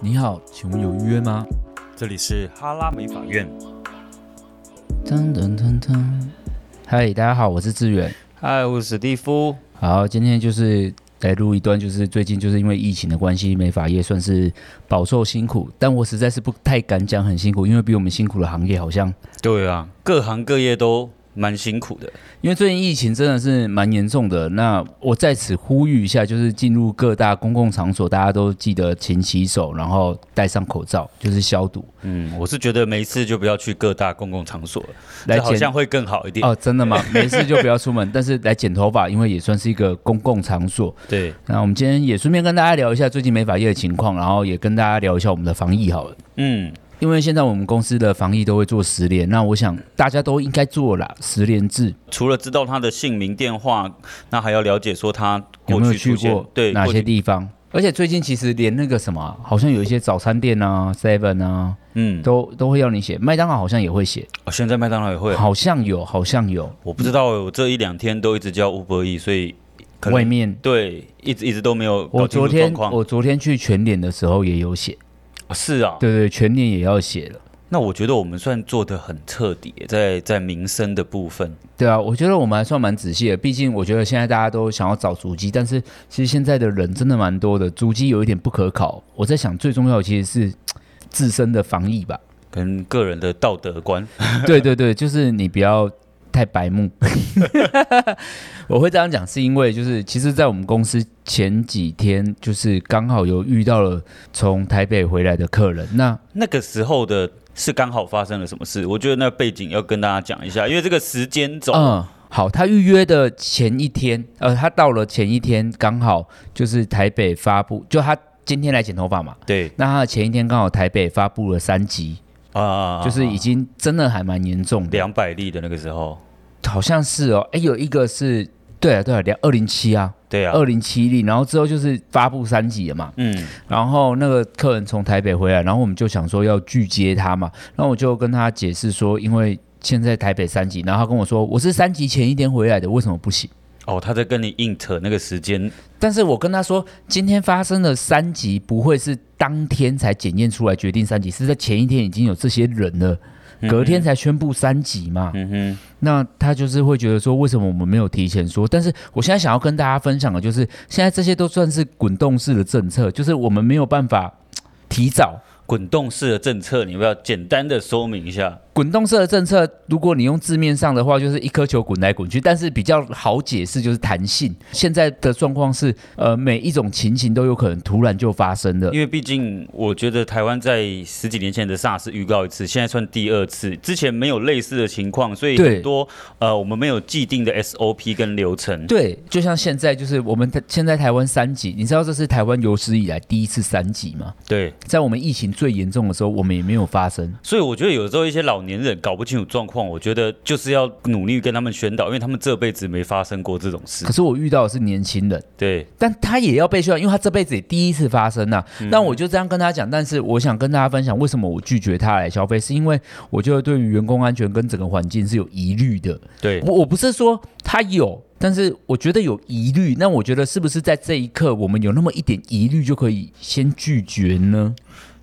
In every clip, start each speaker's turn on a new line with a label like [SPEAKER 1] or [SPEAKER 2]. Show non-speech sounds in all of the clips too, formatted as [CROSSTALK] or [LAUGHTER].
[SPEAKER 1] 你好，请问有预约吗？
[SPEAKER 2] 这里是哈拉美法院。
[SPEAKER 1] 噔噔噔噔，嗨，大家好，我是志远。
[SPEAKER 2] 嗨，我是史蒂夫。
[SPEAKER 1] 好，今天就是来录一段，就是最近就是因为疫情的关系，美发业算是饱受辛苦，但我实在是不太敢讲很辛苦，因为比我们辛苦的行业好像，
[SPEAKER 2] 对啊，各行各业都蛮辛苦的。
[SPEAKER 1] 因为最近疫情真的是蛮严重的。那我在此呼吁一下，就是进入各大公共场所，大家都记得勤洗手，然后戴上口罩，就是消毒。
[SPEAKER 2] 嗯，我是觉得没事就不要去各大公共场所了，
[SPEAKER 1] 来
[SPEAKER 2] 这好
[SPEAKER 1] 减
[SPEAKER 2] 像会更好一点。
[SPEAKER 1] 哦，真的吗？没事就不要出门，但是来剪头发，因为也算是一个公共场所。
[SPEAKER 2] 对，
[SPEAKER 1] 那我们今天也顺便跟大家聊一下最近美发业的情况，然后也跟大家聊一下我们的防疫好了。
[SPEAKER 2] 嗯，
[SPEAKER 1] 因为现在我们公司的防疫都会做十连，那我想大家都应该做啦，十连制
[SPEAKER 2] 除了知道他的姓名、电话，那还要了解说他
[SPEAKER 1] 有
[SPEAKER 2] 过
[SPEAKER 1] 没有
[SPEAKER 2] 去
[SPEAKER 1] 去
[SPEAKER 2] 出现
[SPEAKER 1] 过
[SPEAKER 2] 对
[SPEAKER 1] 哪
[SPEAKER 2] 过
[SPEAKER 1] 些
[SPEAKER 2] 去
[SPEAKER 1] 地方？而且最近其实连那个什么，好像有一些早餐店啊、Seven 啊，
[SPEAKER 2] 嗯，
[SPEAKER 1] 都都会要你写，麦当劳好像也会写，
[SPEAKER 2] 哦现在麦当劳也会，
[SPEAKER 1] 好像有，好像有，
[SPEAKER 2] 我不知道，我这一两天都一直叫 Uber E，所以可
[SPEAKER 1] 外
[SPEAKER 2] 能
[SPEAKER 1] 面。
[SPEAKER 2] 对一直一直都没有
[SPEAKER 1] 我
[SPEAKER 2] 搞清
[SPEAKER 1] 昨
[SPEAKER 2] 楚
[SPEAKER 1] 天
[SPEAKER 2] 状况。
[SPEAKER 1] 我昨天去全脸的时候也有写，
[SPEAKER 2] 哦是啊，
[SPEAKER 1] 对对，全脸也要写了。
[SPEAKER 2] 那我觉得我们算做的很彻底，在在民生的部分。
[SPEAKER 1] 对啊，我觉得我们还算蛮仔细的，毕竟我觉得现在大家都想要找足迹，但是其实现在的人真的蛮多的，足迹有一点不可考。我在想，最重要的其实是自身的防疫吧。
[SPEAKER 2] 跟个人的道德观， [LAUGHS]
[SPEAKER 1] 对对对，就是你不要太白目。 [LAUGHS] 我会这样讲，是因为就是其实，在我们公司前几天，就是刚好有遇到了从台北回来的客人，那
[SPEAKER 2] 那个时候的是刚好发生了什么事？我觉得那背景要跟大家讲一下，因为这个时间轴，
[SPEAKER 1] 嗯，好，他预约的前一天，呃，他到了前一天刚好就是台北发布，就他今天来剪头发嘛，
[SPEAKER 2] 对
[SPEAKER 1] 那他的前一天刚好台北发布了三级，
[SPEAKER 2] 啊，
[SPEAKER 1] 哦就是已经真的还蛮严重的，
[SPEAKER 2] 两百例的那个时候，
[SPEAKER 1] 好像是哦，哎，有一个是对啊对啊，两二零七啊，
[SPEAKER 2] 对啊，
[SPEAKER 1] 二零七例，然后之后就是发布三级了嘛，
[SPEAKER 2] 嗯，
[SPEAKER 1] 然后那个客人从台北回来，然后我们就想说要拒接他嘛，然后我就跟他解释说，因为现在台北三级，然后他跟我说我是三级前一天回来的，为什么不行？
[SPEAKER 2] 哦，他在跟你硬扯那个时间，
[SPEAKER 1] 但是我跟他说，今天发生的三级不会是当天才检验出来决定三级，是在前一天已经有这些人了，隔天才宣布三级嘛。
[SPEAKER 2] 嗯哼，
[SPEAKER 1] 那他就是会觉得说，为什么我们没有提前说？但是我现在想要跟大家分享的就是，现在这些都算是滚动式的政策，就是我们没有办法提早。
[SPEAKER 2] 滚动式的政策，你要不要简单的说明一下？
[SPEAKER 1] 滚动式的政策，如果你用字面上的话，就是一颗球滚来滚去，但是比较好解释就是弹性。现在的状况是，呃，每一种情形都有可能突然就发生的
[SPEAKER 2] 因。为毕竟我觉得台湾在十几年前的 SARS 预告一次，现在算第二次，之前没有类似的情况，所以
[SPEAKER 1] 对
[SPEAKER 2] 很多呃我们没有既定的 SOP 跟流程，
[SPEAKER 1] 对，就像现在就是我们台现在台湾三级，你知道这是台湾有史以来第一次三级吗？
[SPEAKER 2] 对，
[SPEAKER 1] 在我们疫情最严重的时候，我们也没有发生。
[SPEAKER 2] 所以我觉得有时候一些老年人搞不清楚状况，我觉得就是要努力跟他们宣导，因为他们这辈子没发生过这种事
[SPEAKER 1] 可。是我遇到的是年轻人，
[SPEAKER 2] 对，
[SPEAKER 1] 但他也要被宣传，因为他这辈子也第一次发生呐、那我就这样跟他讲，但是我想跟大家分享，为什么我拒绝他来消费，是因为我觉得对于员工安全跟整个环境是有疑虑的。
[SPEAKER 2] 对，
[SPEAKER 1] 我我不是说他有，但是我觉得有疑虑。那我觉得是不是在这一刻，我们有那么一点疑虑就可以先拒绝呢？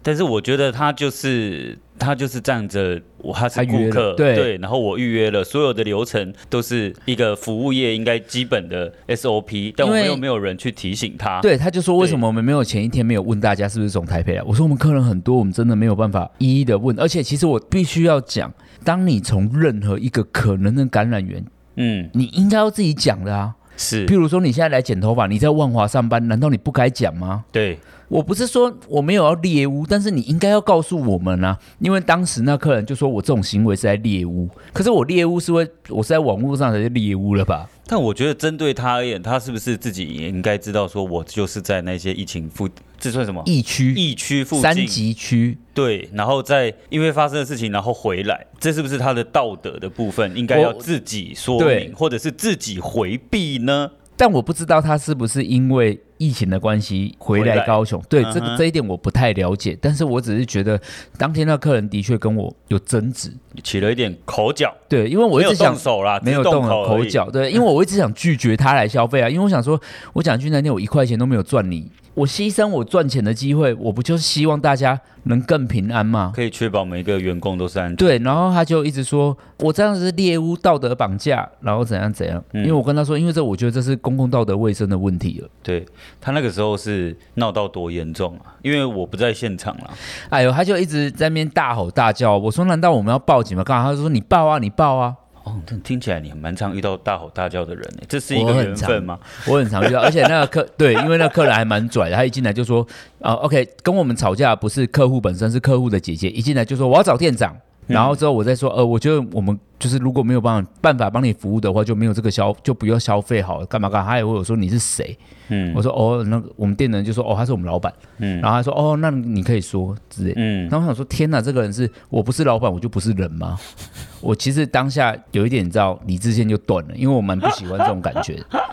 [SPEAKER 2] 但是我觉得他就是他就是站着，我他是
[SPEAKER 1] 他约
[SPEAKER 2] 顾
[SPEAKER 1] 了
[SPEAKER 2] 客，
[SPEAKER 1] 对
[SPEAKER 2] 然后我预约了，所有的流程都是一个服务业应该基本的 SOP，但我
[SPEAKER 1] 因
[SPEAKER 2] 们
[SPEAKER 1] 为
[SPEAKER 2] 又没有人去提醒他。
[SPEAKER 1] 对，他就说为什么我们没有前一天没有问大家是不是从台北来？我说我们客人很多，我们真的没有办法一一的问。而且其实我必须要讲，当你从任何一个可能的感染源，
[SPEAKER 2] 嗯，
[SPEAKER 1] 你应该要自己讲的啊。
[SPEAKER 2] 是
[SPEAKER 1] 譬，如说你现在来剪头发，你在万华上班，难道你不该讲吗？
[SPEAKER 2] 对，
[SPEAKER 1] 我不是说我没有要猎巫，但是你应该要告诉我们啊，因为当时那客人就说我这种行为是在猎巫，可是我猎巫是会，我是在网络上才是猎巫了吧？
[SPEAKER 2] 但我觉得针对他而言，他是不是自己也应该知道，说我就是在那些疫情附，这算什么？
[SPEAKER 1] 疫区、
[SPEAKER 2] 疫区附近
[SPEAKER 1] 三级区，
[SPEAKER 2] 对，然后再因为发生的事情，然后回来，这是不是他的道德的部分应该要
[SPEAKER 1] 我
[SPEAKER 2] 自己说
[SPEAKER 1] 对
[SPEAKER 2] 明，或者是自己回避呢？
[SPEAKER 1] 但我不知道他是不是因为疫情的关系回
[SPEAKER 2] 回
[SPEAKER 1] 来
[SPEAKER 2] 来
[SPEAKER 1] 高雄，对
[SPEAKER 2] 嗯哼
[SPEAKER 1] 这个这一点我不太了解，但是我只是觉得当天那客人的确跟我有争执，
[SPEAKER 2] 起了一点口角，
[SPEAKER 1] 对，因为我
[SPEAKER 2] 没
[SPEAKER 1] 一
[SPEAKER 2] 有
[SPEAKER 1] 直想
[SPEAKER 2] 动手啦，
[SPEAKER 1] 没有
[SPEAKER 2] 只是
[SPEAKER 1] 动
[SPEAKER 2] 动
[SPEAKER 1] 了
[SPEAKER 2] 而
[SPEAKER 1] 口
[SPEAKER 2] 已。
[SPEAKER 1] 啊角，对，因为我一直想拒绝他来消费啊，因为我想说，我讲句难听，我一块钱都没有赚你，我牺牲我赚钱的机会，我不就是希望大家能更平安吗？
[SPEAKER 2] 可以确保每一个员工都是安全。
[SPEAKER 1] 对，然后他就一直说我这样子是猎巫道德绑架，然后怎样怎样。
[SPEAKER 2] 嗯
[SPEAKER 1] 因为我跟他说，因为这我觉得这是公共道德卫生的问题了。
[SPEAKER 2] 对他那个时候是闹到多严重啊？因为我不在现场啦，
[SPEAKER 1] 哎呦，他就一直在那边大吼大叫。我说难道我们要报警吗？干嘛？他就说你报啊，你报啊。
[SPEAKER 2] 哦，但听起来你蛮常遇到大吼大叫的人诶、这是一
[SPEAKER 1] 我
[SPEAKER 2] 个
[SPEAKER 1] 很
[SPEAKER 2] 缘分吗？
[SPEAKER 1] 我很常遇到，而 [LAUGHS] 且那个客对，因为那个客人还蛮拽的，他一进来就说啊、o k 跟我们吵架不是客户本身，是客户的姐姐，一进来就说我要找店长。
[SPEAKER 2] 嗯
[SPEAKER 1] 然后之后我再说，呃，我觉得我们就是如果没有办法办法帮你服务的话，就没有这个消就不要消费好了，干嘛干嘛？他也会有说你是谁，
[SPEAKER 2] 嗯
[SPEAKER 1] 我说哦，那个我们店人就说哦，他是我们老板，
[SPEAKER 2] 嗯
[SPEAKER 1] 然后他说哦，那你可以说之类的。
[SPEAKER 2] 嗯
[SPEAKER 1] 然，后我想说，天哪，这个人是我不是老板，我就不是人吗？ [LAUGHS] 我其实当下有一点，你知道，理智线就断了，因为我蛮不喜欢这种感觉的。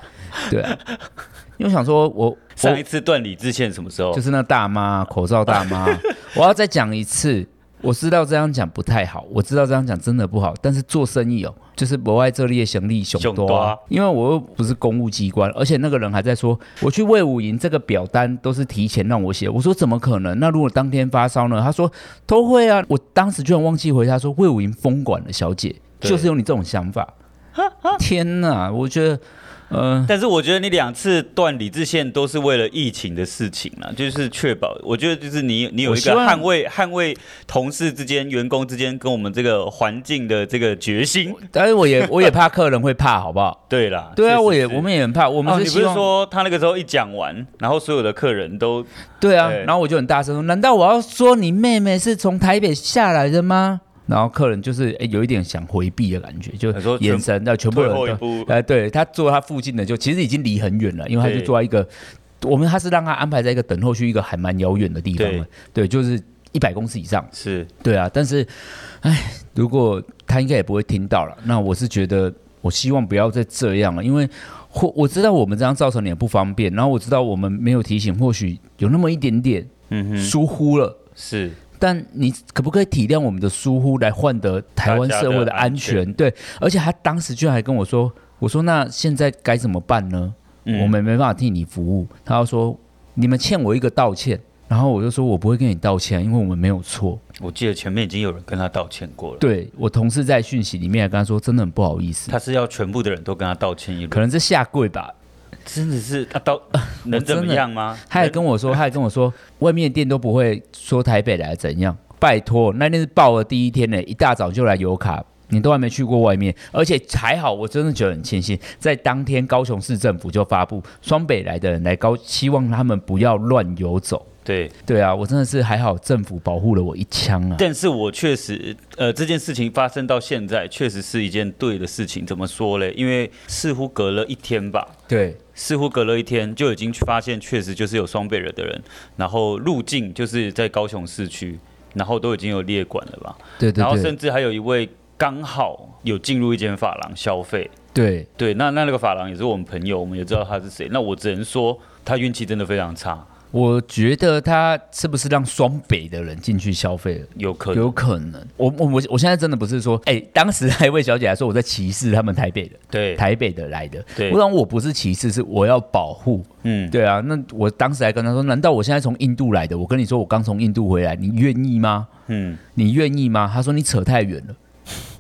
[SPEAKER 1] 对啊、因为我想说我，我
[SPEAKER 2] 上一次断理智线什么时候？啊
[SPEAKER 1] 就是那大妈口罩大妈，我要再讲一次。我知道这样讲不太好，我知道这样讲真的不好，但是做生意哦，就是不爱这列行李熊
[SPEAKER 2] 熊
[SPEAKER 1] 多、
[SPEAKER 2] 多
[SPEAKER 1] 啊
[SPEAKER 2] 啊，
[SPEAKER 1] 因为我又不是公务机关，而且那个人还在说，我去魏武营这个表单都是提前让我写，我说怎么可能？那如果当天发烧呢？他说都会啊，我当时居然忘记回他说魏武营封馆了，小姐，
[SPEAKER 2] 对
[SPEAKER 1] 就是有你这种想法，天哪，我觉得，嗯、
[SPEAKER 2] 但是我觉得你两次断理智线都是为了疫情的事情啦，就是确保，我觉得就是你你有一个
[SPEAKER 1] 我希望
[SPEAKER 2] 捍卫捍卫同事之间、员工之间跟我们这个环境的这个决心。
[SPEAKER 1] 但是我也我也怕客人会怕，好不好？
[SPEAKER 2] 对啦，
[SPEAKER 1] 对啊，
[SPEAKER 2] 确实
[SPEAKER 1] 我也
[SPEAKER 2] 是
[SPEAKER 1] 我们也很怕，我
[SPEAKER 2] 哦，
[SPEAKER 1] 们
[SPEAKER 2] 你
[SPEAKER 1] 是
[SPEAKER 2] 不
[SPEAKER 1] 希
[SPEAKER 2] 是
[SPEAKER 1] 望、
[SPEAKER 2] 说他那个时候一讲完，然后所有的客人都
[SPEAKER 1] 对啊，
[SPEAKER 2] 对
[SPEAKER 1] 然后我就很大声说：“难道我要说你妹妹是从台北下来的吗？”然后客人就是哎、有一点想回避的感觉，就
[SPEAKER 2] 你说全
[SPEAKER 1] 眼神那全部
[SPEAKER 2] 退
[SPEAKER 1] 人
[SPEAKER 2] 后一
[SPEAKER 1] 都
[SPEAKER 2] 步？
[SPEAKER 1] 哎，对他坐他附近的就其实已经离很远了，因为他就
[SPEAKER 2] 对
[SPEAKER 1] 坐在一个我们他是让他安排在一个等候区一个还蛮遥远的地方的，对，就是一百公尺以上，
[SPEAKER 2] 是
[SPEAKER 1] 对啊，但是哎，如果他应该也不会听到了，那我是觉得我希望不要再这样了，因为或我知道我们这样造成你的不方便，然后我知道我们没有提醒，或许有那么一点点
[SPEAKER 2] 嗯哼
[SPEAKER 1] 疏忽了。
[SPEAKER 2] 是
[SPEAKER 1] 但你可不可以体谅我们的疏忽，来换得台湾社会的安全？
[SPEAKER 2] 大家
[SPEAKER 1] 对，而且他当时居然还跟我说：“我说那现在该怎么办呢？
[SPEAKER 2] 嗯
[SPEAKER 1] 我们没办法替你服务。”他就说：“你们欠我一个道歉。”然后我就说：“我不会跟你道歉，因为我们没有错。”
[SPEAKER 2] 我记得前面已经有人跟他道歉过了，
[SPEAKER 1] 对我同事在讯息里面还跟他说，真的很不好意思，
[SPEAKER 2] 他是要全部的人都跟他道歉一
[SPEAKER 1] 可
[SPEAKER 2] 轮，
[SPEAKER 1] 能是下跪吧。
[SPEAKER 2] 真的是
[SPEAKER 1] [LAUGHS]
[SPEAKER 2] 他道能怎么样吗？
[SPEAKER 1] 他也跟我说，他也跟我说，外面的店都不会说台北来怎样，拜托，那天是报的第一天呢，一大早就来油卡。你都还没去过外面，而且还好，我真的觉得很庆幸，在当天高雄市政府就发布双北来的人来高，希望他们不要乱游走。
[SPEAKER 2] 对，
[SPEAKER 1] 对啊，我真的是还好，政府保护了我一枪啊。
[SPEAKER 2] 但是我确实，呃，这件事情发生到现在，确实是一件对的事情。怎么说嘞？因为似乎隔了一天吧，
[SPEAKER 1] 对，
[SPEAKER 2] 似乎隔了一天就已经发现，确实就是有双贝尔的人，然后入境就是在高雄市区，然后都已经有列管了吧，
[SPEAKER 1] 对对
[SPEAKER 2] 然后
[SPEAKER 1] 对
[SPEAKER 2] 甚至还有一位刚好有进入一间发廊消费。
[SPEAKER 1] 对，
[SPEAKER 2] 对，那那那个发廊也是我们朋友，我们也知道他是谁。那我只能说他运气真的非常差，
[SPEAKER 1] 我觉得他是不是让双北的人进去消费了？
[SPEAKER 2] 有可能
[SPEAKER 1] 有可能，我我我我现在真的不是说，哎、当时那位小姐还说我在歧视他们台北的，
[SPEAKER 2] 对，
[SPEAKER 1] 台北的来的，
[SPEAKER 2] 对
[SPEAKER 1] 我想我不是歧视，是我要保护，
[SPEAKER 2] 嗯，
[SPEAKER 1] 对啊，那我当时还跟她说，难道我现在从印度来的？我跟你说，我刚从印度回来，你愿意吗？
[SPEAKER 2] 嗯，
[SPEAKER 1] 你愿意吗？她说你扯太远了，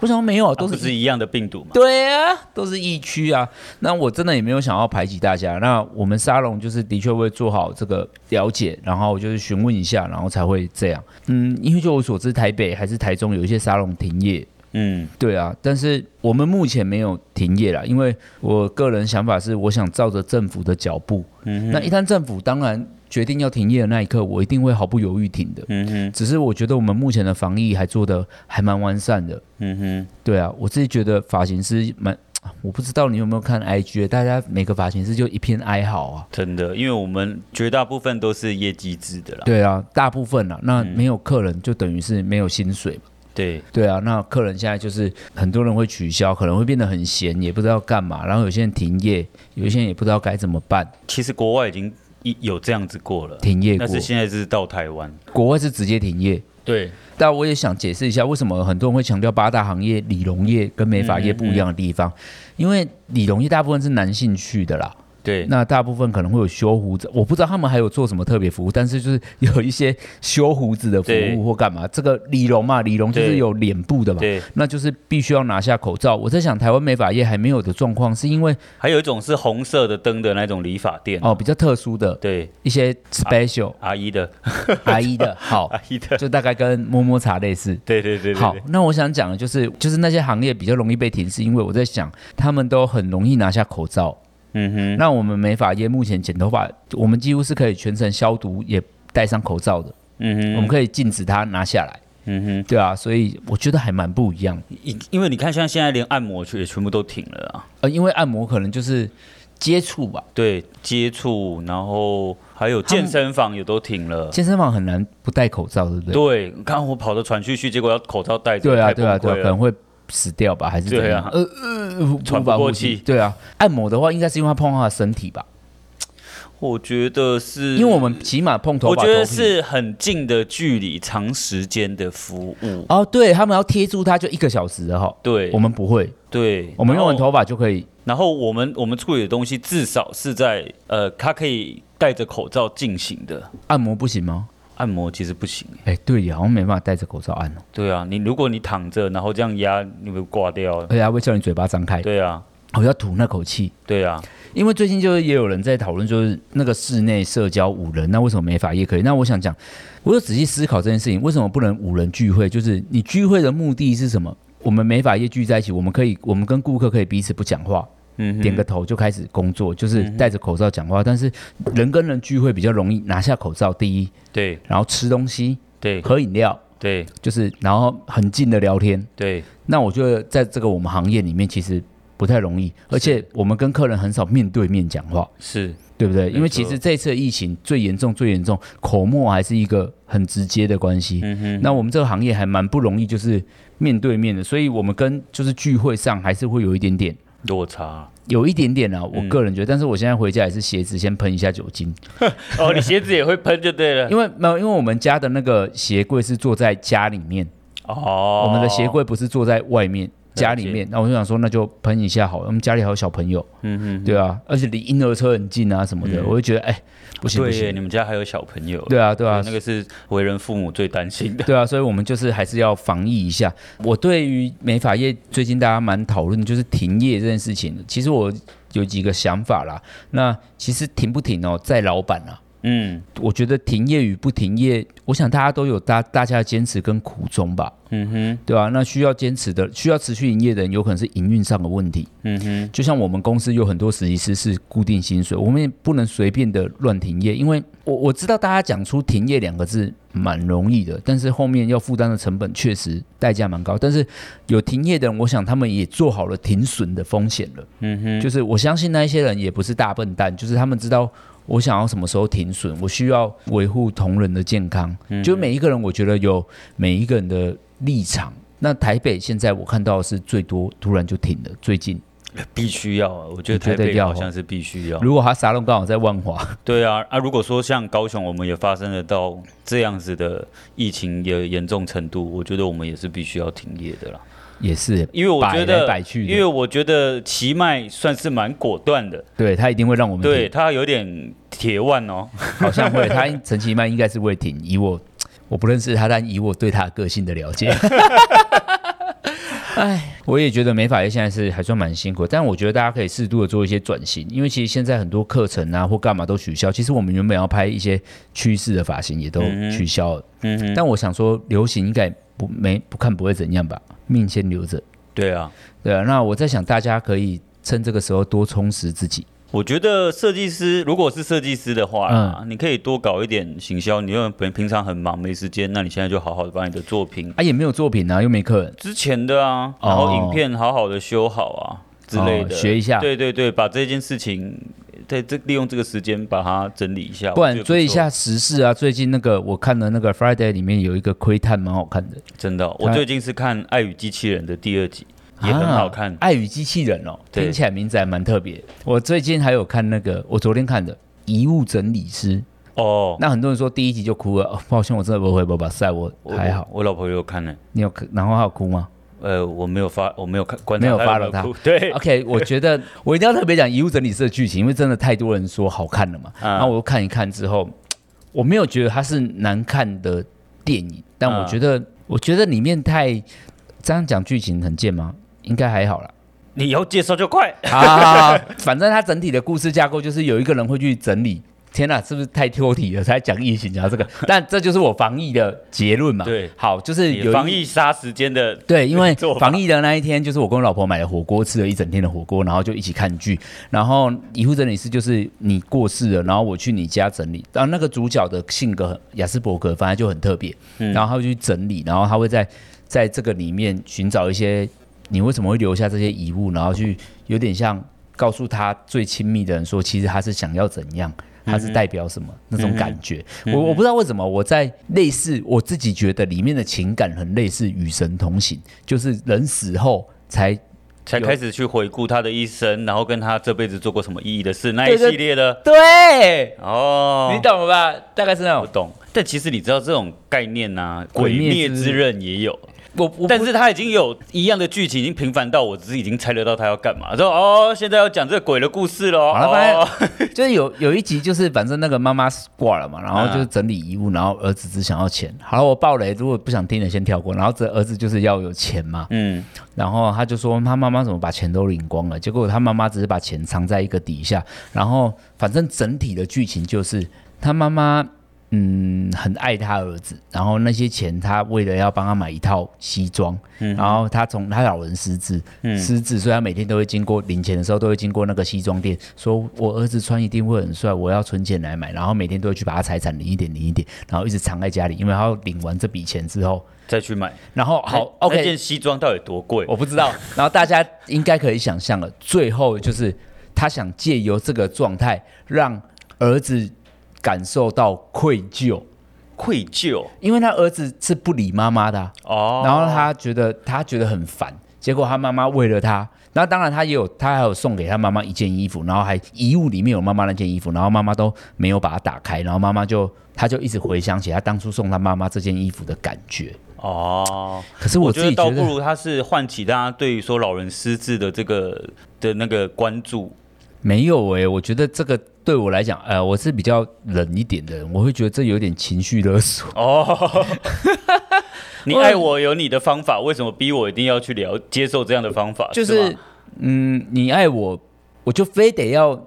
[SPEAKER 1] 我想说没有啊，
[SPEAKER 2] 都
[SPEAKER 1] 都
[SPEAKER 2] 不
[SPEAKER 1] 是
[SPEAKER 2] 是一样的病毒嘛。
[SPEAKER 1] 对啊，都是疫区啊。那我真的也没有想要排挤大家。那我们沙龙就是的确会做好这个了解，然后就是询问一下，然后才会这样。嗯，因为就我所知，台北还是台中有一些沙龙停业。
[SPEAKER 2] 嗯，
[SPEAKER 1] 对啊，但是我们目前没有停业啦，因为我个人想法是，我想照着政府的脚步。嗯，那一旦政府当然决定要停业的那一刻，我一定会毫不犹豫停的。
[SPEAKER 2] 嗯哼，
[SPEAKER 1] 只是我觉得我们目前的防疫还做得还蛮完善的。
[SPEAKER 2] 嗯哼，
[SPEAKER 1] 对啊，我自己觉得发型师蛮，我不知道你有没有看 IG，大家每个发型师就一片哀嚎啊。
[SPEAKER 2] 真的，因为我们绝大部分都是业绩制的啦。
[SPEAKER 1] 对啊，大部分啊，那没有客人就等于是没有薪水嘛。
[SPEAKER 2] 对，
[SPEAKER 1] 对啊，那客人现在就是很多人会取消，可能会变得很闲，也不知道干嘛。然后有些人停业，有些人也不知道该怎么办，
[SPEAKER 2] 其实国外已经一有这样子过了，
[SPEAKER 1] 停业过
[SPEAKER 2] 但。是现在是到台湾。
[SPEAKER 1] 国外是直接停业，
[SPEAKER 2] 对，
[SPEAKER 1] 但我也想解释一下，为什么很多人会强调八大行业理容业跟美发业不一样的地方，因为理容业大部分是男性去的啦。
[SPEAKER 2] 对，
[SPEAKER 1] 那大部分可能会有修胡子，我不知道他们还有做什么特别服务，但是就是有一些修胡子的服
[SPEAKER 2] 对
[SPEAKER 1] 务或干嘛。这个理容嘛，理容就是
[SPEAKER 2] 对
[SPEAKER 1] 有脸部的嘛，
[SPEAKER 2] 对，
[SPEAKER 1] 那就是必须要拿下口罩。我在想，台湾美发业还没有的状况，是因为
[SPEAKER 2] 还有一种是红色的灯的那种理发店，
[SPEAKER 1] 哦比较特殊的
[SPEAKER 2] 对，
[SPEAKER 1] 一些 special
[SPEAKER 2] 阿姨的， [LAUGHS]
[SPEAKER 1] 阿姨的好，
[SPEAKER 2] 阿姨的，
[SPEAKER 1] 就大概跟摸摸茶类似。
[SPEAKER 2] 对对对对
[SPEAKER 1] 好
[SPEAKER 2] 对，，
[SPEAKER 1] 那我想讲的就是，就是那些行业比较容易被停，是因为我在想，他们都很容易拿下口罩。
[SPEAKER 2] 嗯哼，
[SPEAKER 1] 那我们美发业目前剪头发，我们几乎是可以全程消毒，也戴上口罩的，
[SPEAKER 2] 嗯哼，
[SPEAKER 1] 我们可以禁止它拿下来。
[SPEAKER 2] 嗯哼，
[SPEAKER 1] 对啊，所以我觉得还蛮不一样。
[SPEAKER 2] 因因为你看，像现在连按摩也全部都停了啊。
[SPEAKER 1] 呃，因为按摩可能就是接触吧，
[SPEAKER 2] 对，接触，然后还有
[SPEAKER 1] 他们
[SPEAKER 2] 健身房也都停了。
[SPEAKER 1] 健身房很难不戴口罩，对不对？
[SPEAKER 2] 对，你看我跑到喘吁吁，结果要口罩戴着，
[SPEAKER 1] 对啊，
[SPEAKER 2] 太
[SPEAKER 1] 对啊，
[SPEAKER 2] 崩
[SPEAKER 1] 对啊，
[SPEAKER 2] 溃
[SPEAKER 1] 可
[SPEAKER 2] 了
[SPEAKER 1] 能会死掉吧，还是怎
[SPEAKER 2] 对
[SPEAKER 1] 样？
[SPEAKER 2] 啊
[SPEAKER 1] 呃呃，
[SPEAKER 2] 喘不
[SPEAKER 1] 无法
[SPEAKER 2] 过
[SPEAKER 1] 呼吸
[SPEAKER 2] 气
[SPEAKER 1] 对啊，按摩的话，应该是因为他碰到他的身体吧，
[SPEAKER 2] 我觉得是，
[SPEAKER 1] 因为我们起码碰头
[SPEAKER 2] 我
[SPEAKER 1] 发，
[SPEAKER 2] 觉得
[SPEAKER 1] 头皮。
[SPEAKER 2] 是很近的距离，长时间的服务。
[SPEAKER 1] 哦，对他们要贴住它就一个小时了哈。
[SPEAKER 2] 对
[SPEAKER 1] 我们不会，
[SPEAKER 2] 对，
[SPEAKER 1] 我们
[SPEAKER 2] 然
[SPEAKER 1] 用
[SPEAKER 2] 后
[SPEAKER 1] 完头发就可以
[SPEAKER 2] 然后我们我们处理的东西至少是在呃，它可以戴着口罩进行的。
[SPEAKER 1] 按摩，不行吗？
[SPEAKER 2] 按摩其实不行，
[SPEAKER 1] 哎，对呀，好像没办法戴着口罩按哦。
[SPEAKER 2] 对啊，你如果你躺着，然后这样压，你会挂掉。
[SPEAKER 1] 而且还会叫你嘴巴张开，
[SPEAKER 2] 对啊，
[SPEAKER 1] 我要吐那口气。
[SPEAKER 2] 对啊，
[SPEAKER 1] 因为最近就是也有人在讨论，就是那个室内社交五人，那为什么美发业可以？那我想讲，我有仔细思考这件事情，为什么不能五人聚会？就是你聚会的目的是什么？我们美发业聚在一起，我们可以，我们跟顾客可以彼此不讲话，
[SPEAKER 2] 嗯哼，嗯
[SPEAKER 1] 点个头就开始工作，就是戴着口罩讲话。但是人跟人聚会比较容易拿下口罩，第一，
[SPEAKER 2] 对
[SPEAKER 1] 然后吃东西、
[SPEAKER 2] 对
[SPEAKER 1] 喝饮料，
[SPEAKER 2] 对
[SPEAKER 1] 就是然后很近的聊天。
[SPEAKER 2] 对
[SPEAKER 1] 那我觉得在这个我们行业里面，其实不太容易，而且我们跟客人很少面对面讲话，
[SPEAKER 2] 是，
[SPEAKER 1] 对不对？
[SPEAKER 2] 错
[SPEAKER 1] 因为其实这次疫情最严重、最严重，口沫还是一个很直接的关系。
[SPEAKER 2] 嗯哼，
[SPEAKER 1] 那我们这个行业还蛮不容易，就是面对面的，所以我们跟就是聚会上还是会有一点点。
[SPEAKER 2] 落
[SPEAKER 1] [LAUGHS]
[SPEAKER 2] 差。
[SPEAKER 1] 有一点点啊，我
[SPEAKER 2] 嗯
[SPEAKER 1] 个人觉得，但是我现在回家也是鞋子先喷一下酒精，
[SPEAKER 2] 哦，你鞋子也会喷就对了。
[SPEAKER 1] 因为没有，因为我们家的那个鞋柜是坐在家里面，
[SPEAKER 2] 哦，
[SPEAKER 1] 我们的鞋，柜不是坐在外面，家
[SPEAKER 2] 了
[SPEAKER 1] 里
[SPEAKER 2] 解
[SPEAKER 1] 面。那我就想说，那就喷一下好了，我们家里还有小朋友，
[SPEAKER 2] 嗯哼，嗯
[SPEAKER 1] 对啊，而且离婴儿车很近啊什么的，我就觉得哎、不行不
[SPEAKER 2] 对耶，
[SPEAKER 1] 行，
[SPEAKER 2] 你们家还有小朋友，
[SPEAKER 1] 对啊对啊
[SPEAKER 2] 那个是为人父母最担心的。
[SPEAKER 1] 对啊，所以我们就是还是要防疫一下。我对于美发业最近大家蛮讨论就是停业这件事情，其实我有几个想法啦。那其实停不停哦，在老板啊。
[SPEAKER 2] 嗯
[SPEAKER 1] 我觉得停业与不停业，我想大家都有大大家的坚持跟苦衷吧，
[SPEAKER 2] 嗯哼
[SPEAKER 1] 对啊，那需要坚持的、需要持续营业的人，有可能是营运上的问题。
[SPEAKER 2] 嗯哼，
[SPEAKER 1] 就像我们公司有很多实习师是固定薪水，我们也不能随便的乱停业，因为我我知道大家讲出停业两个字蛮容易的，但是后面要负担的成本确实代价蛮高。但是有停业的人，我想他们也做好了停损的风险了。
[SPEAKER 2] 嗯哼，
[SPEAKER 1] 就是我相信那一些人也不是大笨蛋，就是他们知道我想要什么时候停损，我需要维护同仁的健康。
[SPEAKER 2] 嗯
[SPEAKER 1] 就每一个人，我觉得有每一个人的立场。那台北现在我看到的是最多突然就停了，最近。
[SPEAKER 2] 必须要啊，我觉得
[SPEAKER 1] 你觉
[SPEAKER 2] 台
[SPEAKER 1] 得
[SPEAKER 2] 北
[SPEAKER 1] 要
[SPEAKER 2] 好
[SPEAKER 1] 哦
[SPEAKER 2] 像是必须要。
[SPEAKER 1] 如果他沙龙刚好在万华， [LAUGHS]
[SPEAKER 2] 对啊，啊，如果说像高雄，我们也发生了到这样子的疫情也严重程度，我觉得我们也是必须要停业的啦。
[SPEAKER 1] 也是，
[SPEAKER 2] 因为我觉
[SPEAKER 1] 摆来
[SPEAKER 2] 得，
[SPEAKER 1] 摆去的嗯
[SPEAKER 2] 因为我觉得奇迈算是蛮果断的，
[SPEAKER 1] 对他一定会让我们
[SPEAKER 2] 对
[SPEAKER 1] 停，
[SPEAKER 2] 他有点铁腕哦。
[SPEAKER 1] 好像会， [LAUGHS] 他陈其迈应该是会停。以我我不认识他，但以我对他的个性的了
[SPEAKER 2] [LAUGHS]
[SPEAKER 1] 解，哎，我也觉得美发业现在是还算蛮辛苦，但我觉得大家可以适度的做一些转型，因为其实现在很多课程啊或干嘛都取消。其实我们原本要拍一些趋势的发型也都取消了，
[SPEAKER 2] 嗯哼，
[SPEAKER 1] 但我想说流行应该不没不看不会怎样吧，命先留着。
[SPEAKER 2] 对啊，
[SPEAKER 1] 对啊，那我在想大家可以趁这个时候多充实自己。
[SPEAKER 2] 我觉得设计师如果是设计师的话啦，
[SPEAKER 1] 嗯
[SPEAKER 2] 你可以多搞一点行销。你因为本平常很忙没时间，那你现在就好好的把你的作品
[SPEAKER 1] 啊，也没有作品啊，又没客人，
[SPEAKER 2] 之前的啊，
[SPEAKER 1] 哦
[SPEAKER 2] 然后影片好好的修好啊之类的，
[SPEAKER 1] 哦学一下
[SPEAKER 2] 对对对，把这件事情在这利用这个时间把它整理一下，
[SPEAKER 1] 不
[SPEAKER 2] 我觉
[SPEAKER 1] 然
[SPEAKER 2] 得
[SPEAKER 1] 追一
[SPEAKER 2] 错
[SPEAKER 1] 下。时事啊。最近那个我看的那个 Friday 里面有一个窥探，蛮好看的，
[SPEAKER 2] 真的哦，我
[SPEAKER 1] 他
[SPEAKER 2] 最近是看《爱与机器人》的第二集，也很好看。
[SPEAKER 1] 啊爱与机器人》哦，
[SPEAKER 2] 对
[SPEAKER 1] 听起来名字还蛮特别。我最近还有看那个，我昨天看的《遗物整理师》，
[SPEAKER 2] 哦，
[SPEAKER 1] 那很多人说第一集就哭了，哦、抱歉，我真的不会，不把赛，我
[SPEAKER 2] 我
[SPEAKER 1] 还好。
[SPEAKER 2] 我，我老婆也有看呢。
[SPEAKER 1] 你有，然后还有哭吗？
[SPEAKER 2] 呃，我没有发，我没有看观察
[SPEAKER 1] 没有
[SPEAKER 2] 他有
[SPEAKER 1] follow 他
[SPEAKER 2] 哭对，
[SPEAKER 1] OK，我觉得 [LAUGHS] 我一定要特别讲《遗物整理师》的剧情，因为真的太多人说好看了嘛。
[SPEAKER 2] 嗯
[SPEAKER 1] 然后我又看一看之后，我没有觉得它是难看的电影，但我
[SPEAKER 2] 嗯
[SPEAKER 1] 觉得，我觉得里面太这样讲剧情很贱吗？应该还好啦。
[SPEAKER 2] 你要介绍就快，
[SPEAKER 1] 好好好好 [LAUGHS] 反正它整体的故事架构就是有一个人会去整理。天呐、是不是太挑剔了？才讲疫情，讲到这个，但这就是我防疫的结论嘛。
[SPEAKER 2] 对
[SPEAKER 1] 好，就是有一
[SPEAKER 2] 防疫杀时间的 [LAUGHS]
[SPEAKER 1] 对，因为
[SPEAKER 2] 做法
[SPEAKER 1] 防疫的那一天，就是我跟我老婆买了火锅，吃了一整天的火锅，然后就一起看剧。然后遗物整理师就是你过世了，然后我去你家整理。然后那个主角的性格很雅斯伯格，反正就很特别，
[SPEAKER 2] 嗯
[SPEAKER 1] 然后他会去整理，然后他会在在这个里面寻找一些你为什么会留下这些遗物，然后去有点像告诉他最亲密的人说，其实他是想要怎样。他是代表什么、那种感觉？我我不知道为什么我在类似我自己觉得里面的情感很类似《与神同行》，就是人死后才
[SPEAKER 2] 才
[SPEAKER 1] 有
[SPEAKER 2] 开始去回顾他的一生，然后跟他这辈子做过什么意义的事那
[SPEAKER 1] 对
[SPEAKER 2] 一
[SPEAKER 1] 对
[SPEAKER 2] 系列的
[SPEAKER 1] 对，
[SPEAKER 2] 哦，
[SPEAKER 1] 你懂了吧？大概是那
[SPEAKER 2] 我
[SPEAKER 1] 种
[SPEAKER 2] 懂。但其实你知道这种概念呐、
[SPEAKER 1] 鬼
[SPEAKER 2] 鬼
[SPEAKER 1] 灭
[SPEAKER 2] 灭
[SPEAKER 1] 之
[SPEAKER 2] 之刃》也有，
[SPEAKER 1] 我我
[SPEAKER 2] 但是他已经有一样的剧情，已经频繁到我只是已经猜得到他要干嘛。说哦，现在要讲这个鬼的故事喽。
[SPEAKER 1] 好了反正
[SPEAKER 2] 哦 [LAUGHS]
[SPEAKER 1] 就是有有一集，就是反正那个妈妈挂了嘛，然后
[SPEAKER 2] 嗯
[SPEAKER 1] 就是整理遗物，然后儿子只想要钱。好了，我爆雷，如果不想听的先跳过。然后这儿子就是要有钱嘛，
[SPEAKER 2] 嗯，
[SPEAKER 1] 然后他就说他妈妈怎么把钱都领光了，结果他妈妈只是把钱藏在一个底下。然后反正整体的剧情就是他妈妈。嗯，很爱他儿子，然后那些钱他为了要帮他买一套西装，然后他从他老人失智，失智，所以他每天都会经过领钱的时候都会经过那个西装店，说我儿子穿一定会很帅，我要存钱来买，然后每天都会去把他财产领一点领一点，然后一直藏在家里，因为他要领完这笔钱之后，
[SPEAKER 2] 再去买。哎
[SPEAKER 1] 然后好
[SPEAKER 2] 那
[SPEAKER 1] ，OK，
[SPEAKER 2] 那件西装到底多贵？
[SPEAKER 1] 我不知道。然后大家应该可以想象了，最后就是他想借由这个状态，让儿子感受到愧疚，
[SPEAKER 2] 愧疚
[SPEAKER 1] 因为他儿子是不理妈妈的啊、
[SPEAKER 2] 哦。
[SPEAKER 1] 然后他觉得他觉得很烦，结果他妈妈为了他，然后当然他也有他还有送给他妈妈一件衣服，然后还遗物里面有妈妈那件衣服，然后妈妈都没有把它打开，然后妈妈就他就一直回想起他当初送他妈妈这件衣服的感觉。
[SPEAKER 2] 哦，
[SPEAKER 1] 可是我
[SPEAKER 2] 我
[SPEAKER 1] 自
[SPEAKER 2] 觉得
[SPEAKER 1] 己
[SPEAKER 2] 倒
[SPEAKER 1] 觉
[SPEAKER 2] 不
[SPEAKER 1] 得，
[SPEAKER 2] 如他是唤起大家对于说老人失智的这个的那个关注。
[SPEAKER 1] 没有诶、我觉得这个对我来讲，呃，我是比较冷一点的人，我会觉得这有点情绪勒索。
[SPEAKER 2] 哦， [LAUGHS] 你爱我有你的方法，为什么逼我一定要去了接受这样的方
[SPEAKER 1] [LAUGHS]
[SPEAKER 2] 法？
[SPEAKER 1] 就是是
[SPEAKER 2] 吗
[SPEAKER 1] 嗯，你爱我，我就非得要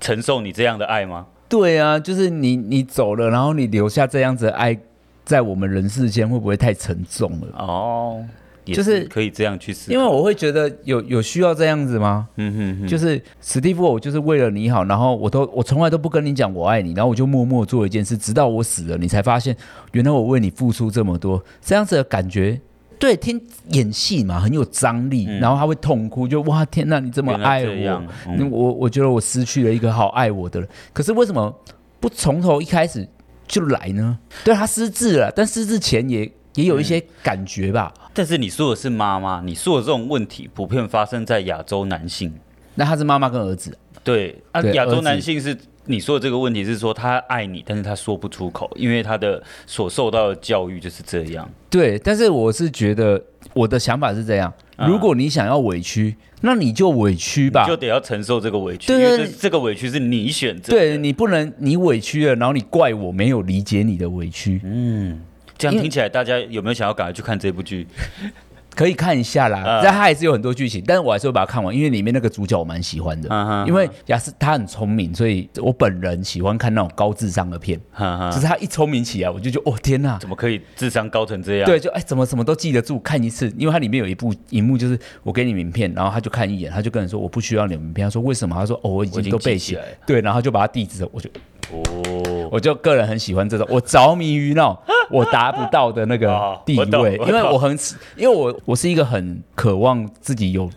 [SPEAKER 2] 承受你这样的爱吗？
[SPEAKER 1] 对啊，就是你你走了，然后你留下这样子的爱，在我们人世间会不会太沉重了？
[SPEAKER 2] 哦，也
[SPEAKER 1] 就是
[SPEAKER 2] 可以这样去思考，
[SPEAKER 1] 因为我会觉得有有需要这样子吗？
[SPEAKER 2] 嗯哼哼，
[SPEAKER 1] 就是史蒂夫，我就是为了你好，然后我都我从来都不跟你讲我爱你，然后我就默默做一件事，直到我死了，你才发现原来我为你付出这么多，这样子的感觉，对，听演戏嘛，很有张力，然后他会痛哭，就哇天呐，你这么
[SPEAKER 2] 嗯原来
[SPEAKER 1] 爱
[SPEAKER 2] 这
[SPEAKER 1] 我
[SPEAKER 2] 样，嗯
[SPEAKER 1] 那我我觉得我失去了一个好爱我的人，可是为什么不从头一开始就来呢？对他失智了，但失智前也也有一
[SPEAKER 2] 嗯
[SPEAKER 1] 些感觉吧。
[SPEAKER 2] 但是你说的是妈妈，你说的这种问题普遍发生在亚洲男性。
[SPEAKER 1] 那他是妈妈跟儿子，
[SPEAKER 2] 对啊，
[SPEAKER 1] 对
[SPEAKER 2] 亚
[SPEAKER 1] 儿
[SPEAKER 2] 洲
[SPEAKER 1] 子
[SPEAKER 2] 男性是你说的这个问题是说他爱你，但是他说不出口，因为他的所受到的教育就是这样。
[SPEAKER 1] 对，但是我是觉得我的想法是这样：
[SPEAKER 2] 嗯
[SPEAKER 1] 如果你想要委屈，那你就委屈吧
[SPEAKER 2] 你就。得要承受这个委屈，
[SPEAKER 1] 对
[SPEAKER 2] 因
[SPEAKER 1] 对
[SPEAKER 2] 为
[SPEAKER 1] 对
[SPEAKER 2] 这这个委屈是你选择。
[SPEAKER 1] 对，你不能你委屈了，然后你怪我没有理解你的委屈，
[SPEAKER 2] 嗯，这样
[SPEAKER 1] 因为
[SPEAKER 2] 听起来大家有没有想要赶快去看这部剧？
[SPEAKER 1] 可以看一下啦。
[SPEAKER 2] 嗯
[SPEAKER 1] 但它还是有很多剧情，但是我还是会把它看完，因为里面那个主角我蛮喜欢的。
[SPEAKER 2] 嗯哼
[SPEAKER 1] 因为雅思他很聪明，所以我本人喜欢看那种高智商的片。
[SPEAKER 2] 哈哈
[SPEAKER 1] 就是他一聪明起来，我就觉得哦天呐，
[SPEAKER 2] 怎么可以智商高成这样？
[SPEAKER 1] 对，就哎，怎么什么都记得住，看一次，因为它里面有一部荧幕，就是我给你名片，然后他就看一眼，他就跟人说我不需要你的名片，他说为什么？他说哦，我已
[SPEAKER 2] 我已
[SPEAKER 1] 经
[SPEAKER 2] 经
[SPEAKER 1] 都
[SPEAKER 2] 记
[SPEAKER 1] 背
[SPEAKER 2] 起
[SPEAKER 1] 起
[SPEAKER 2] 来了
[SPEAKER 1] 对，然后他就把他地址，我就
[SPEAKER 2] 哦，
[SPEAKER 1] 我就个人很喜欢这种，我着迷于那种我达不到的那个
[SPEAKER 2] 哦
[SPEAKER 1] 地
[SPEAKER 2] 我懂
[SPEAKER 1] 位，
[SPEAKER 2] 我
[SPEAKER 1] 因为
[SPEAKER 2] 懂
[SPEAKER 1] 我很因为我我是一个很渴望自己有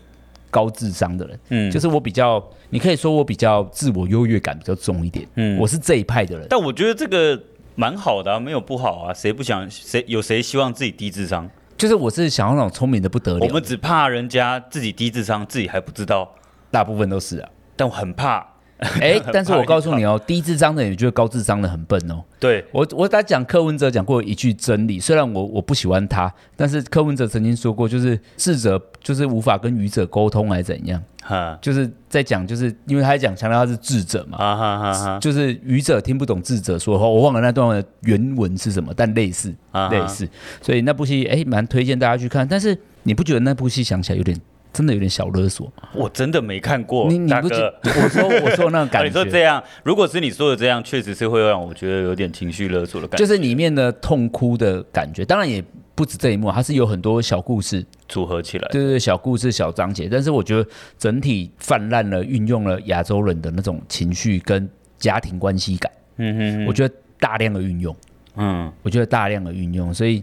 [SPEAKER 1] 高智商的人，
[SPEAKER 2] 嗯
[SPEAKER 1] 就是我比较，你可以说我比较自我优越感比较重一点，
[SPEAKER 2] 嗯
[SPEAKER 1] 我是这一派的人。
[SPEAKER 2] 但我觉得这个蛮好的、啊，没有不好啊。谁不想谁有谁希望自己低智商？
[SPEAKER 1] 就是我是想要那种聪明的不得
[SPEAKER 2] 我
[SPEAKER 1] 了，
[SPEAKER 2] 们只怕人家自己低智商，自己还不知道。
[SPEAKER 1] 大部分都是啊。
[SPEAKER 2] 但我很怕 [LAUGHS]
[SPEAKER 1] 哎、但是我告诉你哦，低智商的也觉得高智商的很笨哦。
[SPEAKER 2] 对，
[SPEAKER 1] 我我在讲柯文哲讲过一句真理，虽然我我不喜欢他，但是柯文哲曾经说过，就是智者就是无法跟愚者沟通，还是怎样？
[SPEAKER 2] 哈
[SPEAKER 1] 就是在讲，就是因为他在讲强调他是智者嘛，
[SPEAKER 2] 啊哈哈哈
[SPEAKER 1] 就是愚者听不懂智者说的话。我忘了那段的原文是什么，但类似
[SPEAKER 2] 啊哈，
[SPEAKER 1] 类似，所以那部戏哎，蛮推荐大家去看。但是你不觉得那部戏想起来有点真的有点小勒索吗？
[SPEAKER 2] 我真的没看过
[SPEAKER 1] 你，你
[SPEAKER 2] 大
[SPEAKER 1] 不觉
[SPEAKER 2] 哥。哦
[SPEAKER 1] 我说我说那种
[SPEAKER 2] [LAUGHS] 啊、你
[SPEAKER 1] 感
[SPEAKER 2] 说这
[SPEAKER 1] 觉，
[SPEAKER 2] 样，如果是你说的这样，确实是会让我觉得有点情绪勒索的感觉。
[SPEAKER 1] 就是里面的痛哭的感觉。当然也不止这一幕，它是有很多小故事，
[SPEAKER 2] 组合起来，
[SPEAKER 1] 对对对，小故事、小章节，但是我觉得整体泛滥了，运用了亚洲人的那种情绪跟家庭关系感，
[SPEAKER 2] 嗯
[SPEAKER 1] 我觉得大量的运用，
[SPEAKER 2] 哼，嗯，
[SPEAKER 1] 我觉得大量的运用，所以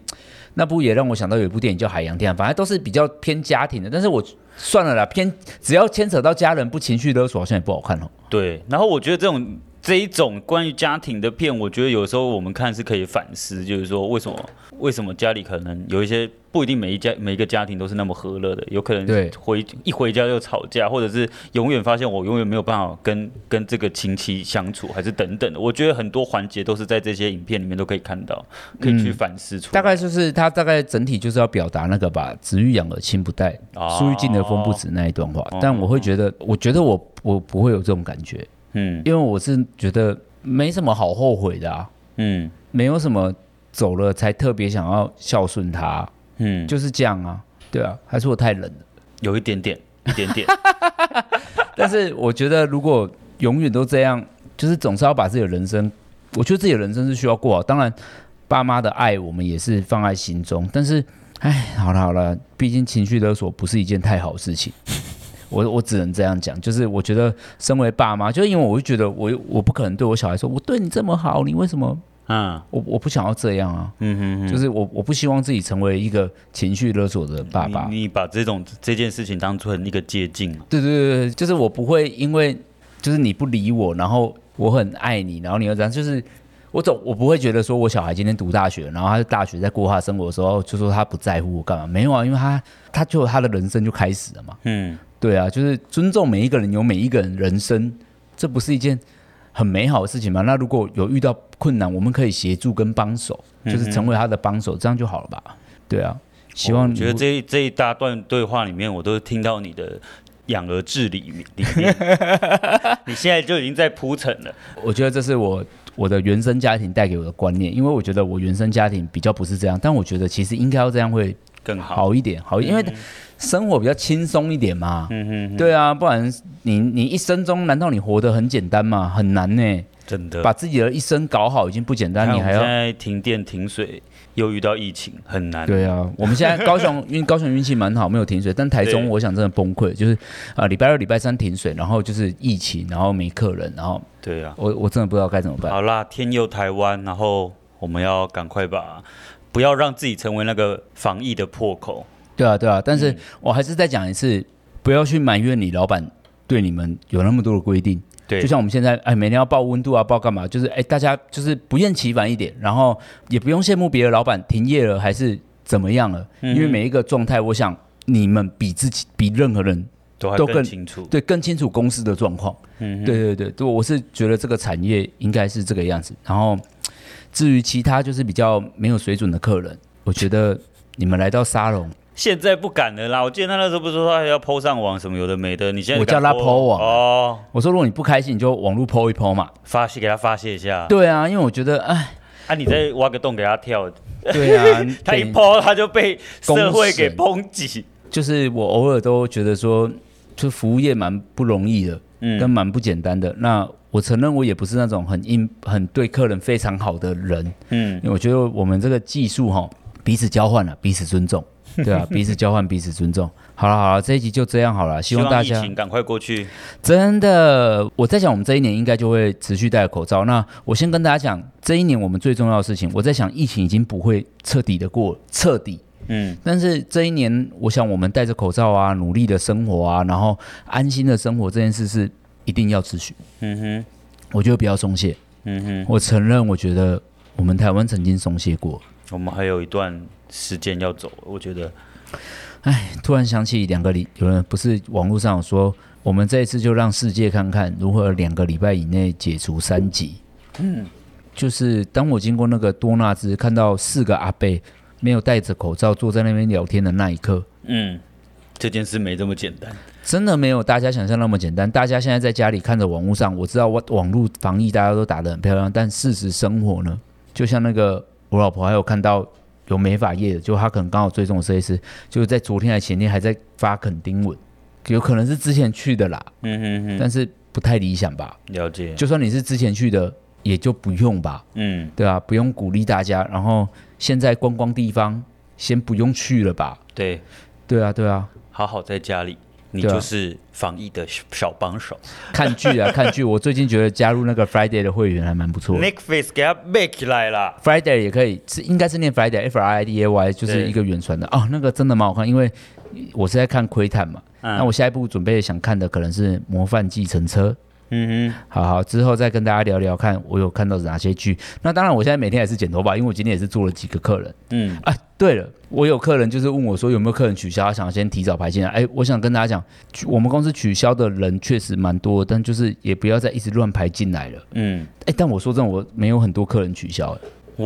[SPEAKER 1] 那部也让我想到有一部电影叫《海洋天堂》，反正都是比较偏家庭的，但是我算了啦，偏只要牵扯到家人不情绪勒索，好像也不好看哦。
[SPEAKER 2] 对。然后我觉得这种这一种关于家庭的片，我觉得有时候我们看是可以反思，就是说为什么为什么家里可能有一些不一定每一家每一个家庭都是那么和乐的，有可
[SPEAKER 1] 对
[SPEAKER 2] 能回一回家就吵架，或者是永远发现我永远没有办法跟跟这个亲戚相处，还是等等的。我觉得很多环节都是在这些影片里面都可以看到，可以去反思出来。
[SPEAKER 1] 嗯大概就是他大概整体就是要表达那个吧，子欲养而亲不待，
[SPEAKER 2] 哦
[SPEAKER 1] 树欲静而风不止那一段话，但我会觉得，我觉得我我不会有这种感觉。
[SPEAKER 2] 嗯
[SPEAKER 1] 因为我是觉得没什么好后悔的啊，
[SPEAKER 2] 嗯
[SPEAKER 1] 没有什么走了才特别想要孝顺他、
[SPEAKER 2] 嗯，就
[SPEAKER 1] 就是这样啊。对啊，还是我太冷了。
[SPEAKER 2] 有一点点，一点
[SPEAKER 1] [LAUGHS]
[SPEAKER 2] 点。 [LAUGHS]
[SPEAKER 1] 但是我觉得如果永远都这样，就是总是要把自己的人生，我觉得自己的人生是需要过好。当然，爸妈的爱我们也是放在心中，但是，哎，好了好了，毕竟情绪勒索不是一件太好的事
[SPEAKER 2] [LAUGHS]
[SPEAKER 1] 情。我我只能这样讲，就是我觉得身为爸妈，就因为我会觉得我我不可能对我小孩说，我对你这么好，你为什么
[SPEAKER 2] 嗯
[SPEAKER 1] 我我不想要这样啊，
[SPEAKER 2] 嗯哼哼，
[SPEAKER 1] 就是我我不希望自己成为一个情绪勒索的爸爸。
[SPEAKER 2] 你你把这种这件事情当成一个借鉴嘛
[SPEAKER 1] 对对对对，就是我不会因为就是你不理我，然后我很爱你，然后你又这样，就是我总我不会觉得说我小孩今天读大学，然后他在大学在过他的生活的时候，就说他不在乎我干嘛？没有啊，因为他他就有他的人生就开始了嘛。
[SPEAKER 2] 嗯，
[SPEAKER 1] 对啊，就是尊重每一个人有每一个人人生，这不是一件很美好的事情吗？那如果有遇到困难，我们可以协助跟帮手，
[SPEAKER 2] 嗯
[SPEAKER 1] 就是成为他的帮手，这样就好了吧？对啊，希望
[SPEAKER 2] 哦我
[SPEAKER 1] 你
[SPEAKER 2] 觉得这一这一大段对话里面，我都听到你的养儿治理里里面， [LAUGHS] 你现在就已经在铺陈了。
[SPEAKER 1] 我觉得这是我我的原生家庭带给我的观念，因为我觉得我原生家庭比较不是这样，但我觉得其实应该要这样会
[SPEAKER 2] 更好，
[SPEAKER 1] 好一点，好一点，因为生活比较轻松一点嘛。
[SPEAKER 2] 嗯哼哼，
[SPEAKER 1] 对啊，不然你你一生中难道你活得很简单吗？很难呢、
[SPEAKER 2] 真的。
[SPEAKER 1] 把自己的一生搞好已经不简单，
[SPEAKER 2] 看
[SPEAKER 1] 你
[SPEAKER 2] 我
[SPEAKER 1] 还
[SPEAKER 2] 们
[SPEAKER 1] 要
[SPEAKER 2] 现在停电停水，又遇到疫情，很难。
[SPEAKER 1] 对啊，我们现在高雄因为高雄运气蛮好，没有停水，但台中
[SPEAKER 2] 对
[SPEAKER 1] 我想真的崩溃，就是呃礼拜二、礼拜三停水，然后就是疫情，然后没客人，然后
[SPEAKER 2] 对啊，
[SPEAKER 1] 我我真的不知道该怎么办。
[SPEAKER 2] 好啦，天佑台湾，然后我们要赶快把，不要让自己成为那个防疫的破口。
[SPEAKER 1] 对啊，对啊，但
[SPEAKER 2] 嗯
[SPEAKER 1] 是我还是再讲一次，不要去埋怨你老板对你们有那么多的规定。
[SPEAKER 2] 对，
[SPEAKER 1] 就像我们现在哎，每天要报温度啊，报干嘛？就是哎，大家就是不厌其烦一点，然后也不用羡慕别的老板停业了还是怎么样了，
[SPEAKER 2] 嗯
[SPEAKER 1] 因为每一个状态，我想你们比自己比任何人
[SPEAKER 2] 都还
[SPEAKER 1] 都
[SPEAKER 2] 更
[SPEAKER 1] 更
[SPEAKER 2] 清楚。
[SPEAKER 1] 对更清楚公司的状况。
[SPEAKER 2] 嗯
[SPEAKER 1] 对对对，对我是觉得这个产业应该是这个样子。然后至于其他就是比较没有水准的客人，我觉得你们来到沙龙。
[SPEAKER 2] 现在不敢了啦！我记得他那时候不是说他要 PO 上网什么有的没的，你现在
[SPEAKER 1] 我
[SPEAKER 2] 敢
[SPEAKER 1] 叫他 po 网啊
[SPEAKER 2] 哦，
[SPEAKER 1] 我说，如果你不开心，你就网络剖一剖嘛。
[SPEAKER 2] 发泄给他发泄一下，
[SPEAKER 1] 对啊，因为我觉得，哎，
[SPEAKER 2] 啊，你再挖个洞给他跳，，
[SPEAKER 1] [LAUGHS] 对 [LAUGHS] 啊
[SPEAKER 2] 他一
[SPEAKER 1] 对
[SPEAKER 2] PO 他就被社会给抨击，
[SPEAKER 1] 就是我偶尔都觉得说，就服务业蛮不容易的，跟
[SPEAKER 2] 嗯，
[SPEAKER 1] 蛮不简单的。那我承认，我也不是那种很硬、很对客人非常好的人，
[SPEAKER 2] 嗯
[SPEAKER 1] 因为我觉得我们这个技术哈，彼此交换了、啊彼此尊重，对啊，彼此交换，彼此尊重。好了好了，这一集就这样好了，希
[SPEAKER 2] 希
[SPEAKER 1] 望大
[SPEAKER 2] 望疫
[SPEAKER 1] 家
[SPEAKER 2] 情赶快过去，
[SPEAKER 1] 真的，我在想我们这一年应该就会持续戴口罩。那我先跟大家讲，这一年我们最重要的事情，我在想疫情已经不会彻底的过彻底，
[SPEAKER 2] 嗯，
[SPEAKER 1] 但是这一年，我想我们戴着口罩啊，努力的生活啊，然后安心的生活这件事是一定要持续。
[SPEAKER 2] 嗯哼，
[SPEAKER 1] 我觉得不要松懈，
[SPEAKER 2] 嗯哼，
[SPEAKER 1] 我承认，我觉得我们台湾曾经松懈过。
[SPEAKER 2] 我们还有一段时间要走，我觉得
[SPEAKER 1] 突然想起两个礼，有人不是网络上有说我们这一次就让世界看看如何两个礼拜以内解除三级。嗯，就是当我经过那个多纳兹，看到四个阿贝没有戴着口罩坐在那边聊天的那一刻，
[SPEAKER 2] 嗯，这件事没这么简单。
[SPEAKER 1] 真的没有大家想象那么简单。大家现在在家里看着网络上，我知道网网络防疫大家都打得很漂亮，但事实生活呢，就像那个我老婆还有看到有美发业的，就她可能刚好追踪我设计师，就是在昨天还前天还在发肯丁文，有可能是之前去的啦，
[SPEAKER 2] 嗯哼哼，
[SPEAKER 1] 但是不太理想吧。
[SPEAKER 2] 了解。
[SPEAKER 1] 就算你是之前去的，也就不用吧，
[SPEAKER 2] 嗯，
[SPEAKER 1] 对啊，不用鼓励大家。然后现在观光地方先不用去了吧，
[SPEAKER 2] 对，
[SPEAKER 1] 对啊，对啊。
[SPEAKER 2] 好好在家里，你
[SPEAKER 1] 对啊
[SPEAKER 2] 就是防疫的小小帮手。
[SPEAKER 1] 看剧啊， [LAUGHS] 看剧。我最近觉得加入那个 Friday 的会员还蛮不
[SPEAKER 2] 啊
[SPEAKER 1] 错的。
[SPEAKER 2] Netflix 给它背起来啦。
[SPEAKER 1] Friday 也可以是应该是念 Friday F R I D A Y，就是一个原传的哦，那个真的蛮好看，因为我是在看窥探嘛。
[SPEAKER 2] 嗯
[SPEAKER 1] 那我下一步准备想看的可能是《模范计程车》，
[SPEAKER 2] 嗯哼，
[SPEAKER 1] 好好之后再跟大家聊聊看我有看到哪些剧。那当然，我现在每天也是剪头发，因为我今天也是做了几个客人。
[SPEAKER 2] 嗯，
[SPEAKER 1] 啊，对了，我有客人就是问我说有没有客人取消，他想要先提早排进来。哎，我想跟大家讲，取我们公司取消的人确实蛮多，但就是也不要再一直乱排进来了。
[SPEAKER 2] 嗯，
[SPEAKER 1] 哎，但我说真的，我没有很多客人取消。哎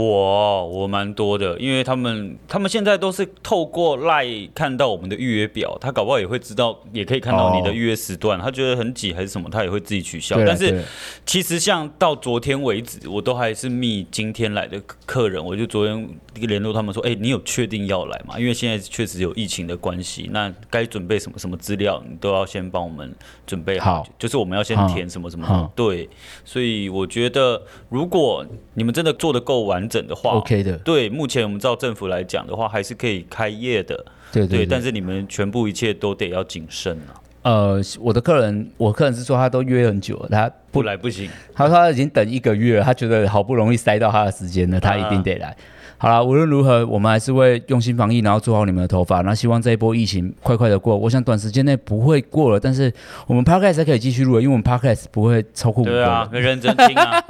[SPEAKER 2] 我我蛮多的，因为他们他们现在都是透过赖看到我们的预约表，他搞不好也会知道，也可以看到你的
[SPEAKER 1] 哦
[SPEAKER 2] 预约时段，他觉得很挤还是什么，他也会自己取消。
[SPEAKER 1] 对了
[SPEAKER 2] 啊但
[SPEAKER 1] 对
[SPEAKER 2] 是
[SPEAKER 1] 了
[SPEAKER 2] 其实像到昨天为止，我都还是密今天来的客人，我就昨天联络他们说，哎、你有确定要来吗？因为现在确实有疫情的关系，那该准备什么什么资料，你都要先帮我们准备好，
[SPEAKER 1] 好
[SPEAKER 2] 就是我们要先
[SPEAKER 1] 嗯
[SPEAKER 2] 填什么什么。
[SPEAKER 1] 嗯
[SPEAKER 2] 对，所以我觉得如果你们真的做的够完整的话
[SPEAKER 1] OK 的，
[SPEAKER 2] 对，目前我们照政府来讲的话，还是可以开业的，
[SPEAKER 1] 对对
[SPEAKER 2] 但
[SPEAKER 1] 是
[SPEAKER 2] 是你们全部一切都得要谨慎啊，
[SPEAKER 1] 呃，我的客人，我客人是说他都约很久了，他
[SPEAKER 2] 不来不行。
[SPEAKER 1] 他说他已经等一个月了，他觉得好不容易塞到他的时间了，他一定得来。
[SPEAKER 2] 啊
[SPEAKER 1] 好啦，无论如何，我们还是会用心防疫，然后做好你们的头发。那希望这一波疫情快快的过，我想短时间内不会过了，但是我们 podcast 还可以继续录，因为我们 podcast 不会超过五
[SPEAKER 2] 对
[SPEAKER 1] 个。
[SPEAKER 2] 啊，认真听啊。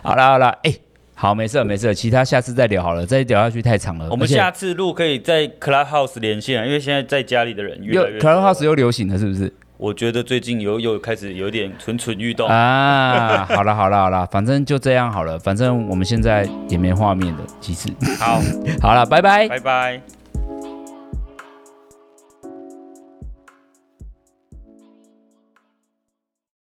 [SPEAKER 1] 好啦好啦，哎、好，没事没事，其他下次再聊好了，再聊下去太长了。
[SPEAKER 2] 我们
[SPEAKER 1] 而且
[SPEAKER 2] 下次录可以在 Clubhouse 连线啊，因为现在在家里的人越
[SPEAKER 1] 又
[SPEAKER 2] 来越
[SPEAKER 1] c l u b h o u
[SPEAKER 2] 多
[SPEAKER 1] s e 又流行了，是不是？
[SPEAKER 2] 我觉得最近有有开始有点蠢蠢欲动。
[SPEAKER 1] 啊，好了好了好了，反正就这
[SPEAKER 2] [LAUGHS]
[SPEAKER 1] 样好了，反正我们现在也没画面了，其实。
[SPEAKER 2] 好，
[SPEAKER 1] 好了，拜拜。
[SPEAKER 2] 拜拜。